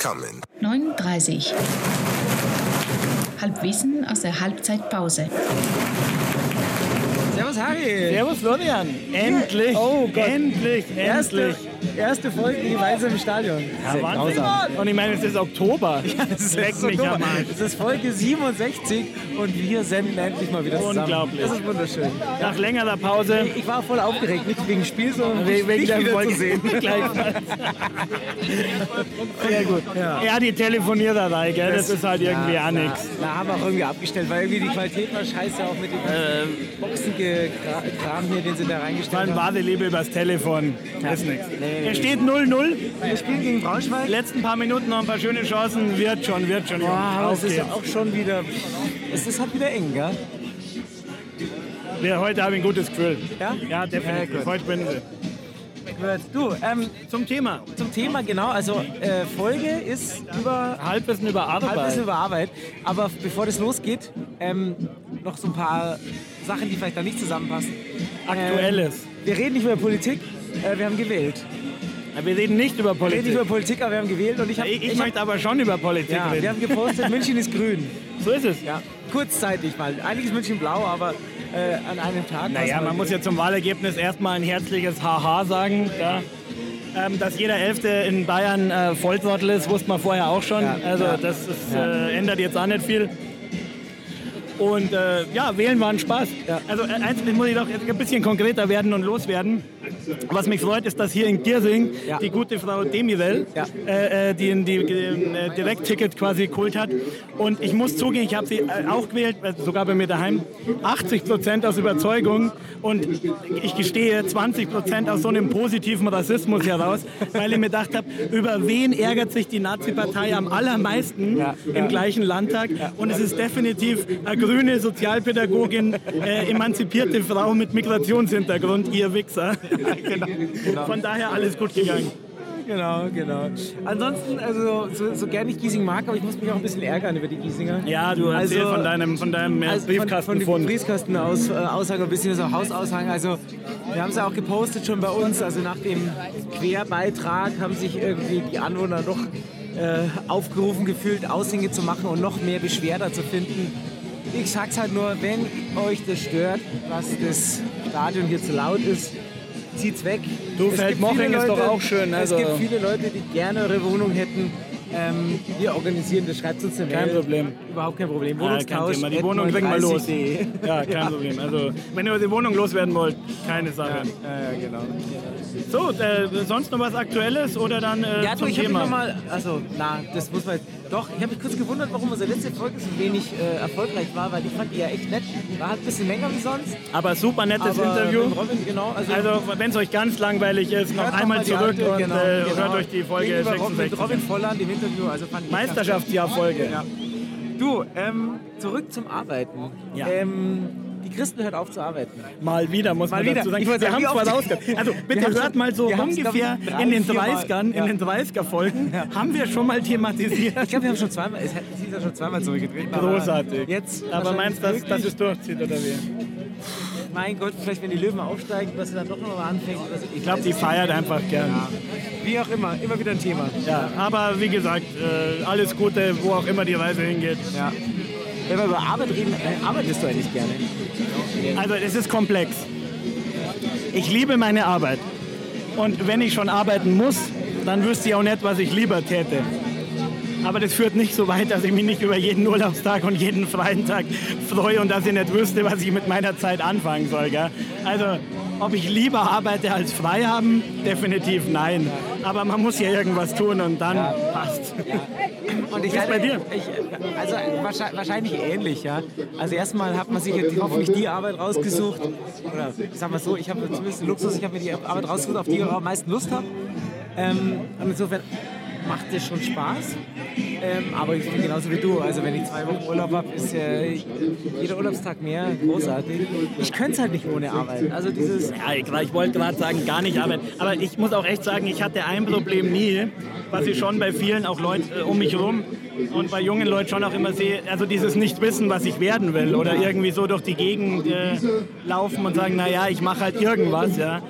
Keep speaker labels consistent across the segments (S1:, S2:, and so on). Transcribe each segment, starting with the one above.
S1: coming.
S2: 39. Halbwissen aus der Halbzeitpause.
S3: Servus Harry!
S4: Servus Florian!
S3: Endlich!
S4: Oh Gott!
S3: Endlich!
S4: Erste,
S3: Endlich!
S4: erste Folge gemeinsam im Stadion.
S3: Ja, Wahnsinn.
S4: Grausam. Und ich meine, es ist Oktober. Ja,
S3: es
S4: Leck
S3: ist so
S4: mich
S3: dumm.
S4: am Arsch.
S3: Es ist Folge 67 und wir senden endlich mal wieder zusammen.
S4: Unglaublich.
S3: Das ist wunderschön.
S4: Nach längerer Pause.
S3: Ich war voll aufgeregt, nicht wegen Spiel, sondern
S4: We-
S3: wegen
S4: wegen
S3: dich
S4: der
S3: wieder
S4: Folge.
S3: zu sehen.
S4: Gleichfalls. Sehr gut. Ja, die Telefoniererei, gell? Das ist halt irgendwie auch nichts.
S3: Da haben wir auch irgendwie abgestellt, weil irgendwie die Qualität war scheiße, auch mit dem
S4: Ähm.
S3: ganzen Boxenkram hier, den sie da reingestellt
S4: Mein
S3: haben.
S4: Badeliebe übers Telefon. Ist nichts.
S3: Nee, nee,
S4: Es steht 0-0.
S3: Wir spielen gegen Braunschweig.
S4: Letzten paar Minuten noch ein paar schöne Chancen. Wird schon, wird schon.
S3: Wow,
S4: Auf
S3: es ist
S4: geht's.
S3: auch schon wieder. Es ist halt wieder eng, gell?
S4: Wir heute haben ein gutes Gefühl.
S3: Ja?
S4: Ja, definitiv.
S3: Ja, gut.
S4: heute bin ich.
S3: Gut. Du, ähm,
S4: Zum Thema.
S3: zum Thema genau, also äh, Folge ist über
S4: Halbwissen über Arbeit.
S3: Halbwissen über Arbeit. Aber bevor das losgeht, ähm, noch so ein paar Sachen, die vielleicht da nicht zusammenpassen.
S4: Aktuelles.
S3: Ähm, wir reden nicht über Politik, äh, wir haben gewählt.
S4: Ja, wir reden nicht über
S3: Wir reden
S4: Politik.
S3: nicht über Politik, aber wir haben gewählt und ich habe.
S4: ich ich möchte aber schon über Politik
S3: ja, wir
S4: reden.
S3: haben gepostet, München ist grün.
S4: So ist es.
S3: Ja, kurzzeitig mal. Eigentlich ist München blau, aber äh, an einem Tag.
S4: Naja,
S3: war's
S4: man
S3: mal-
S4: muss ja zum Wahlergebnis erstmal ein herzliches Haha sagen. Ja. Ähm, dass jeder Elfte in Bayern äh, Volltrottel ist, wusste man vorher auch schon.
S3: Ja,
S4: also
S3: ja,
S4: das ist,
S3: ja.
S4: äh, ändert jetzt auch nicht viel. Und äh, ja, wählen war ein Spaß.
S3: Ja.
S4: Also äh, eins muss ich doch jetzt ein bisschen konkreter werden und loswerden. Was mich freut, ist, dass hier in Giersing
S3: Ja.
S4: die gute Frau Demirel,
S3: Ja.
S4: äh, äh, die ein die, ähm, äh, Direktticket quasi geholt hat. Und ich muss zugeben, ich habe sie äh, auch gewählt, äh, sogar bei mir daheim, 80 Prozent aus Überzeugung und ich gestehe 20 Prozent aus so einem positiven Rassismus heraus, weil ich mir gedacht habe, über wen ärgert sich die Nazi-Partei am allermeisten
S3: Ja, ja.
S4: im gleichen Landtag? Und es ist definitiv eine grüne Sozialpädagogin, äh, emanzipierte Frau mit Migrationshintergrund, ihr Wichser. Von daher alles gut gegangen.
S3: Genau, genau. Ansonsten, also so, so gerne ich Giesing mag, aber ich muss mich auch ein bisschen ärgern über die Giesinger.
S4: Ja, du
S3: Also-
S4: erzähl von deinem, von deinem äh,
S3: Also
S4: Briefkastenfund.
S3: Von, von Briefkasten aus, äh, Aushang, ein bisschen so Hausaushang. Also wir haben es ja auch gepostet schon bei uns. Also nach dem Querbeitrag haben sich irgendwie die Anwohner noch äh, aufgerufen gefühlt, Aushänge zu machen und noch mehr Beschwerder zu finden. Ich sag's halt nur, wenn euch das stört, dass das Stadion hier zu laut ist, zieht's weg.
S4: Du,
S3: Es gibt
S4: Feldmoching
S3: viele
S4: ist doch
S3: Leute-
S4: auch schön, also-
S3: Es gibt viele Leute, die gerne ihre Wohnung hätten. Ähm, wir organisieren das, schreibt uns eine
S4: Kein
S3: Mail.
S4: Problem.
S3: Überhaupt kein Problem.
S4: Ja, kein
S3: Wohnungstausch.
S4: Thema. Die
S3: at
S4: Wohnung kriegen wir los.
S3: 39.de.
S4: Ja, kein Problem. Also, wenn ihr die Wohnung loswerden wollt, keine Sache.
S3: Ja, genau.
S4: So, äh, sonst noch was Aktuelles oder dann äh,
S3: Ja, du,
S4: zum
S3: ich habe mich
S4: Thema?
S3: nochmal. Also, na, das muss man. jetzt- Doch, ich habe mich kurz gewundert, warum unsere letzte Folge so wenig äh, erfolgreich war, weil ich fand die ja echt nett. War halt ein bisschen länger wie sonst.
S4: Aber super nettes
S3: aber
S4: Interview.
S3: Mit Robin, genau. Also,
S4: Also, wenn es euch ganz langweilig ist, noch
S3: hört doch
S4: einmal
S3: mal die
S4: zurück
S3: alte,
S4: und
S3: genau,
S4: äh,
S3: genau.
S4: hört euch die Folge
S3: Gegenüber Robin-
S4: 66.
S3: Mit Robin Volland im Interview. Also fand ich
S4: Meisterschaftsjahrfolge.
S3: Ja. Du, ähm, zurück zum Arbeiten.
S4: Ja.
S3: Ähm, die Christen hört auf zu arbeiten.
S4: Mal wieder, muss man
S3: Mal wieder.
S4: dazu sagen.
S3: Ich wollte
S4: wir
S3: sagen,
S4: haben
S3: wie
S4: zwar
S3: oft-
S4: rausgekommen. Also
S3: Wir
S4: bitte
S3: haben
S4: hört
S3: schon-
S4: mal so
S3: wir haben's,
S4: ungefähr
S3: glaub ich, drei,
S4: in den
S3: viermal.
S4: 30ern,
S3: Ja.
S4: in den 30er-Folgen haben wir schon mal thematisiert.
S3: Ich glaube, wir haben schon zweimal, es hat- es ist ja schon zweimal zurückgetreten. aber
S4: Großartig.
S3: Jetzt
S4: aber meinst du, dass, dass es durchzieht oder wie?
S3: Mein Gott, vielleicht wenn die Löwen aufsteigen, dass sie dann doch nochmal anfängt. Also
S4: Ich glaube, die feiert einfach gern.
S3: Wie auch immer, immer wieder ein Thema.
S4: Ja. Aber wie gesagt, äh, alles Gute, wo auch immer die Reise hingeht.
S3: Ja. Wenn wir über Arbeit reden, äh, arbeitest du eigentlich gerne.
S4: Also es ist komplex. Ich liebe meine Arbeit. Und wenn ich schon arbeiten muss, dann wüsste ich auch nicht, was ich lieber täte. Aber das führt nicht so weit, dass ich mich nicht über jeden Urlaubstag und jeden freien Tag freue und dass ich nicht wüsste, was ich mit meiner Zeit anfangen soll. Gell? Also, ob ich lieber arbeite als frei haben, definitiv nein. Aber man muss ja irgendwas tun und dann passt.
S3: Und ich
S4: Wie ist bei dir?
S3: Ich, äh, also äh, wahrscheinlich, wahrscheinlich ähnlich, ja. Also erstmal hat man sich jetzt hoffentlich die Arbeit rausgesucht. Oder sagen wir so, ich habe zumindest den Luxus, ich habe mir die Arbeit rausgesucht, auf die ich auch am meisten Lust habe. Ähm, und insofern macht es schon Spaß. Ähm, aber ich bin genauso wie du. Also wenn ich zwei Wochen Urlaub habe, ist äh, jeder Urlaubstag mehr großartig. Ich könnte es halt nicht ohne Arbeit. Also dieses
S4: Ja, ich, ich wollte gerade sagen, gar nicht arbeiten. Aber ich muss auch echt sagen, ich hatte ein Problem nie, was ich schon bei vielen auch Leuten äh, um mich rum und bei jungen Leuten schon auch immer sehe, also dieses Nicht-Wissen, was ich werden will oder irgendwie so durch die Gegend äh, laufen und sagen, naja, ich mache halt irgendwas. Ja.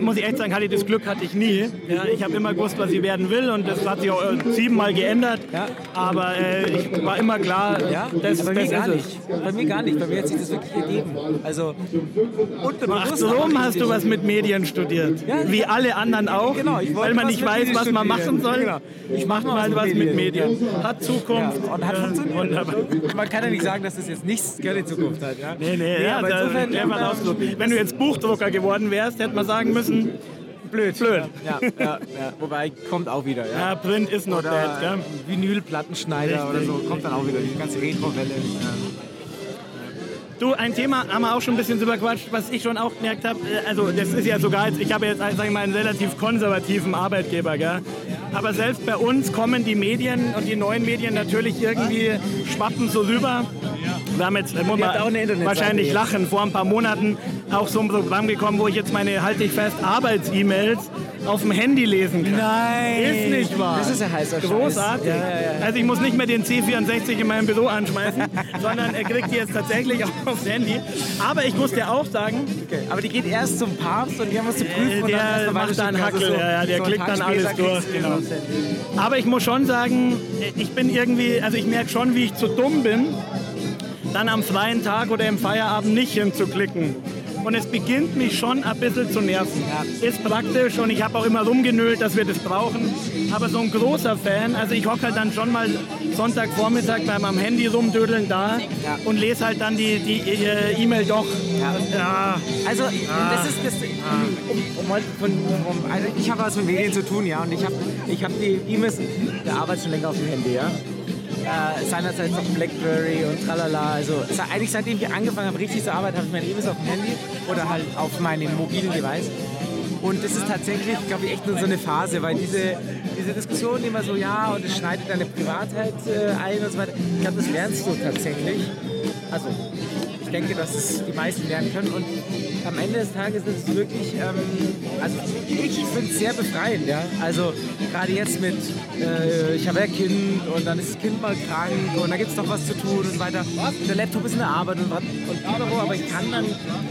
S4: muss ich echt sagen, hatte ich das Glück hatte ich nie. Ja, ich habe immer gewusst, was ich werden will und das hat sich auch äh, siebenmal geändert.
S3: Ja.
S4: Aber äh, ich war immer klar,
S3: Ja,
S4: das,
S3: bei
S4: das
S3: mir gar
S4: ist es.
S3: nicht. Bei mir gar nicht. Bei mir hat sich das wirklich ergeben. Also,
S4: Ach,
S3: unterbewusst.
S4: so rum
S3: aber
S4: hast du
S3: richtig.
S4: was mit Medien studiert.
S3: Ja,
S4: Wie alle anderen auch.
S3: Genau, ich wollte
S4: weil man
S3: was
S4: nicht
S3: mit
S4: weiß,
S3: Medien
S4: was man
S3: studieren.
S4: machen soll.
S3: Genau.
S4: Ich mache mal was mit Medien. Hat Zukunft.
S3: Ja, und hat
S4: Äh,
S3: funktioniert.
S4: Wunderbar.
S3: Man kann ja nicht sagen, dass das jetzt nichts gell, in Zukunft hat. Ja?
S4: Nee, nee, ja,
S3: aber
S4: da,
S3: insofern,
S4: clever
S3: ähm,
S4: rausgesucht. Wenn du jetzt Buchdrucker geworden wärst, hätte man sagen müssen, blöd. blöd.
S3: ja, ja, ja, wobei kommt auch wieder. Ja.
S4: Ja, Print ist not
S3: Oder
S4: dead. Gell?
S3: Vinylplattenschneider oder so, kommt dann auch wieder. Die ganze Retro-Welle. Ja.
S4: Du, ein Thema haben wir auch schon ein bisschen drüber gequatscht, was ich schon auch gemerkt habe. äh, Also das ist ja sogar, jetzt, ich habe jetzt sag ich mal, einen relativ konservativen Arbeitgeber, gell? aber selbst bei uns kommen die Medien und die neuen Medien natürlich irgendwie schwappen so rüber. Wir haben jetzt, äh, muss
S3: Ihr habt auch eine
S4: man
S3: Internetseite
S4: wahrscheinlich
S3: jetzt.
S4: lachen, vor ein paar Monaten auch so ein Programm gekommen, wo ich jetzt meine, halte ich fest, Arbeits-E-Mails auf dem Handy lesen kann.
S3: Nein!
S4: Ist nicht wahr.
S3: Das ist ein heißer Scheiß.
S4: Großartig.
S3: Ja, ja, ja.
S4: Also ich muss nicht mehr den C64 in meinem Büro anschmeißen, sondern er kriegt die jetzt tatsächlich auch aufs Handy. Aber ich muss dir auch sagen,
S3: Okay. Aber die geht erst zum Papst und die haben was zu prüfen.
S4: Äh,
S3: und
S4: der
S3: dann erst eine Weile
S4: macht da einen
S3: schicken. Also
S4: Hackel, ja, ja, der
S3: einen
S4: klickt
S3: Tag
S4: dann
S3: später
S4: alles durch,
S3: kriegst du
S4: genau.
S3: das Handy.
S4: aber ich muss schon sagen, ich bin irgendwie, also ich merke schon, wie ich zu dumm bin, dann am freien Tag oder im Feierabend nicht hinzuklicken. Und es beginnt mich schon ein bisschen zu nerven. Ist praktisch und ich habe auch immer rumgenölt, dass wir das brauchen. Aber so ein großer Fan, also ich hocke halt dann schon mal Sonntagvormittag bei meinem Handy rumdödeln da und lese halt dann die, die äh, E-Mail doch. Ja.
S3: Also, das ist das. Um, um, heute von, um, also ich habe was mit Medien zu tun, ja, und ich habe ich hab die E-Mails der Arbeit schon länger auf dem Handy, ja. Äh, seinerseits noch Blackberry und tralala. Also, es war eigentlich seitdem ich angefangen habe, richtig zu arbeiten, habe ich meine E-Mails auf dem Handy oder halt auf meinem mobilen Device. Und das ist tatsächlich, glaube ich, echt nur so eine Phase, weil diese, diese Diskussion immer so, ja, und es schneidet deine Privatheit äh, ein und so weiter. Ich glaube, das lernst du tatsächlich. Also, ich denke, dass es die meisten lernen können. Und am Ende des Tages ist es wirklich, ähm, also ich finde es sehr befreiend. Ja? Also gerade jetzt mit, äh, ich habe ja Kind und dann ist das Kind mal krank und dann gibt es noch was zu tun und so weiter. Der Laptop ist in der Arbeit und, was- und überwo, aber ich kann dann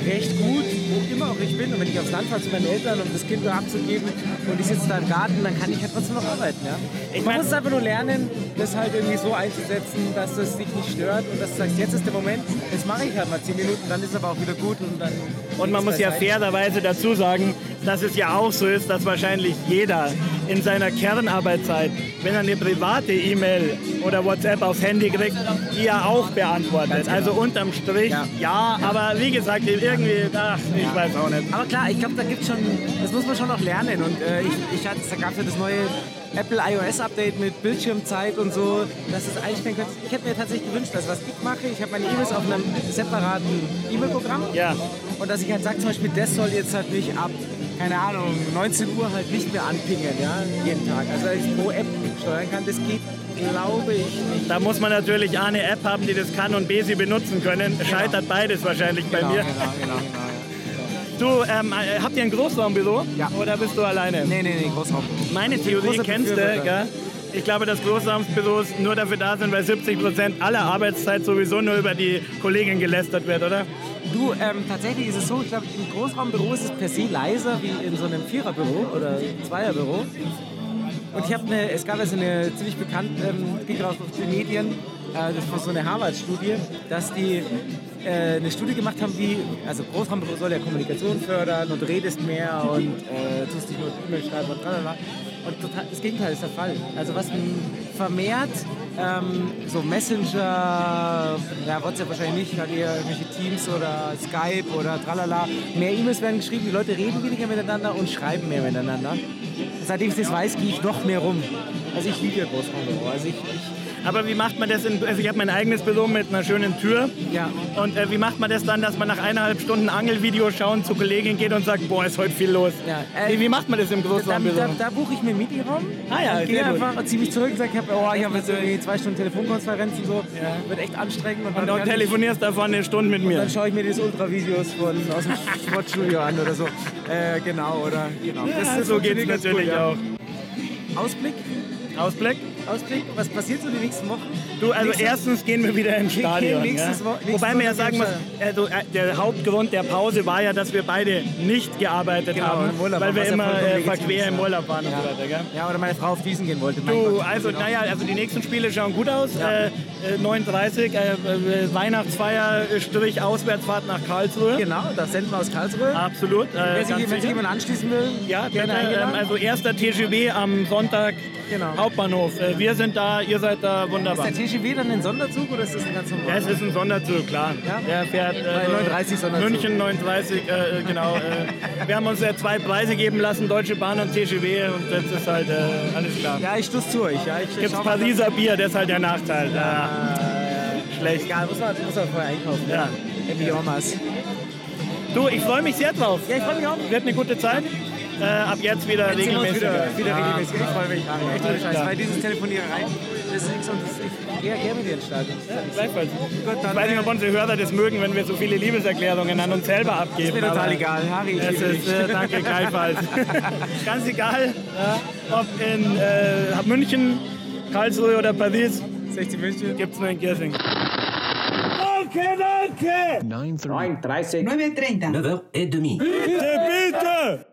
S3: recht gut, wo immer auch ich bin, und wenn ich aufs Land fahre zu meinen Eltern, um das Kind da abzugeben und ich sitze da im Garten, dann kann ich halt trotzdem noch arbeiten. Ja?
S4: Ich
S3: Man
S4: mein-
S3: muss es einfach nur lernen, das halt irgendwie so einzusetzen, dass das dich nicht stört und dass du sagst, jetzt ist der Moment, jetzt mache ich halt mal 10 Minuten, dann ist aber auch wieder gut und dann.
S4: Und man muss ja fairerweise dazu sagen, dass es ja auch so ist, dass wahrscheinlich jeder in seiner Kernarbeitszeit, wenn er eine private E-Mail oder WhatsApp aufs Handy kriegt, die er auch beantwortet. Also unterm Strich, ja,
S3: genau. Ja.
S4: aber wie gesagt, irgendwie, ach, ich weiß auch nicht.
S3: Aber klar, ich glaube, da gibt schon, das muss man schon noch lernen. Und äh, ich, ich hatte, da gab es ja das neue Apple iOS Update mit Bildschirmzeit und so, dass es einstellen könnte. Ich hätte mir tatsächlich gewünscht, dass was ich mache, ich habe meine E-Mails auf einem separaten E-Mail-Programm.
S4: Ja.
S3: Und dass ich halt sage, zum Beispiel, das soll jetzt halt mich ab, keine Ahnung, 19 Uhr halt nicht mehr anpingen, ja, jeden Tag. Also, dass ich pro App steuern kann, das geht, glaube ich, nicht.
S4: Da muss man natürlich A, eine App haben, die das kann und B, sie benutzen können. Scheitert beides wahrscheinlich bei mir.
S3: genau, genau.
S4: Du, ähm, äh, habt ihr ein Großraumbüro?
S3: Ja.
S4: Oder bist du alleine?
S3: Nee, nee, nee, Großraum.
S4: Meine Theorie
S3: großer
S4: kennst du,
S3: Befürworter.
S4: gell? Ich glaube, dass Großraumbüros nur dafür da sind, weil 70 Prozent aller Arbeitszeit sowieso nur über die Kollegin gelästert wird, oder?
S3: Du, ähm, tatsächlich ist es so, ich glaube, im Großraumbüro ist es per se leiser wie in so einem Viererbüro oder Zweierbüro. Und ich habe eine, es gab also eine ziemlich bekannt, ähm, ging raus auf die Medien, äh, das war so eine Harvard-Studie, dass die äh, eine Studie gemacht haben, wie, also Großraumbüro soll ja Kommunikation fördern und redest mehr und äh, tust dich nur E-Mail schreiben und tralala. Und total, das Gegenteil ist der Fall. Also was m, vermehrt ähm, so Messenger, ja, WhatsApp wahrscheinlich nicht, hat eher irgendwelche Teams oder Skype oder tralala. Mehr E-Mails werden geschrieben, die Leute reden weniger miteinander und schreiben mehr miteinander. Seitdem ich das weiß, gehe ich noch mehr rum. Also ich liebe ja Großraumbüro. Also ich, ich,
S4: Aber wie macht man das? In, also ich habe mein eigenes Büro mit einer schönen Tür.
S3: ja.
S4: Und äh, wie macht man das dann, dass man nach eineinhalb Stunden Angelvideo schauen zur Kollegin geht und sagt, boah, ist heute viel los?
S3: Ja, äh,
S4: wie, wie macht man das im
S3: Da,
S4: Großraumbüro?
S3: da, da buche ich mir einen Meetingraum.
S4: Ah ja,
S3: ich
S4: sehr
S3: gehe
S4: gut.
S3: einfach und ziehe mich zurück und sage, ich habe oh, ich hab jetzt irgendwie zwei Stunden Telefonkonferenz und so. Wird echt anstrengend. Und,
S4: und
S3: dann,
S4: dann
S3: kann ich-
S4: telefonierst du davon eine Stunde mit mir.
S3: dann schaue ich mir das Ultra-Videos von, aus dem Sportstudio an oder so. Äh, genau, oder? Genau.
S4: Ja, so geht es
S3: funktioniert ganz
S4: natürlich
S3: gut, ja.
S4: auch.
S3: Ausblick?
S4: Ausblick?
S3: Ausblick, was passiert so die nächsten Wochen?
S4: Du, also
S3: Nächstes-
S4: erstens gehen wir wieder ins
S3: gehen
S4: Stadion.
S3: nächstes
S4: ja?
S3: Wo- nächstes
S4: Wobei man ja
S3: Wochenende
S4: sagen muss,
S3: ins
S4: also, äh, der Hauptgrund der Pause war ja, dass wir beide nicht gearbeitet
S3: Genau,
S4: haben,
S3: im Urlaub
S4: weil
S3: waren,
S4: wir
S3: was ja
S4: immer
S3: vollkommen
S4: äh,
S3: legitim
S4: verquer
S3: ist,
S4: im
S3: ja.
S4: Urlaub waren
S3: Ja.
S4: und so weiter. Gell?
S3: Ja, oder meine Frau auf Wiesen gehen wollte. Mein
S4: Du,
S3: Gott,
S4: also
S3: genau.
S4: naja, also die nächsten Spiele schauen gut aus.
S3: Ja.
S4: Äh, äh, 39, äh, äh, Weihnachtsfeier, äh, Strich, Auswärtsfahrt nach Karlsruhe.
S3: Genau, das senden wir aus Karlsruhe.
S4: Absolut. Äh,
S3: Genau. Wer sich,
S4: ganz
S3: wenn sich
S4: sicher.
S3: jemand anschließen will,
S4: Ja,
S3: gerne
S4: bitte, ähm,
S3: eingeladen.
S4: also erster TGW am Sonntag,
S3: Genau.
S4: Hauptbahnhof. Äh, wir sind da, ihr seid da,
S3: ist
S4: wunderbar.
S3: der TGW dann ein Sonderzug oder ist das ein ganz
S4: Ja, es
S3: normaler?
S4: ist ein Sonderzug, klar.
S3: Ja.
S4: Der fährt äh,
S3: Bei 39 Sonderzug.
S4: München 39, äh, äh, genau. äh, wir haben uns äh, zwei Preise geben lassen, Deutsche Bahn und TGW und jetzt ist halt äh, alles klar.
S3: Ja, ich stoß zu euch. Ja, ich,
S4: Gibt's
S3: schau mal,
S4: Pariser Bier, das ist halt der Nachteil. Ja. Schlecht.
S3: Äh, Egal, muss man, muss man vorher einkaufen.
S4: Ja.
S3: Happy Omas.
S4: Du, ich freue mich sehr drauf.
S3: Ja, ich freue mich auch.
S4: Wird eine gute Zeit. Äh, ab jetzt wieder
S3: Jetzt sehen wir uns
S4: regelmäßig.
S3: wieder, wieder
S4: Ja.
S3: regelmäßig. Ich freue mich. Ja, echt ohne
S4: Alles
S3: Scheiß.
S4: klar.
S3: Weil dieses Telefonierereien, das ist nichts und das ich gehe gerne mit dir ins Stadion.
S4: Gleichfalls.
S3: Gut,
S4: Ich
S3: dann
S4: weiß nicht,
S3: äh,
S4: ob unsere Hörer das mögen, wenn wir so viele Liebeserklärungen an uns selber abgeben.
S3: ist mir total
S4: aber
S3: egal. Harry, ich
S4: Es
S3: liebe
S4: ist,
S3: dich.
S4: äh, danke, gleichfalls. Ganz egal, ob in äh, München, Karlsruhe oder Paris,
S3: 60 München.
S4: gibt es nur in Giersing.
S1: 9.30
S5: 9.30.
S1: et demi.
S4: Bitte, bitte!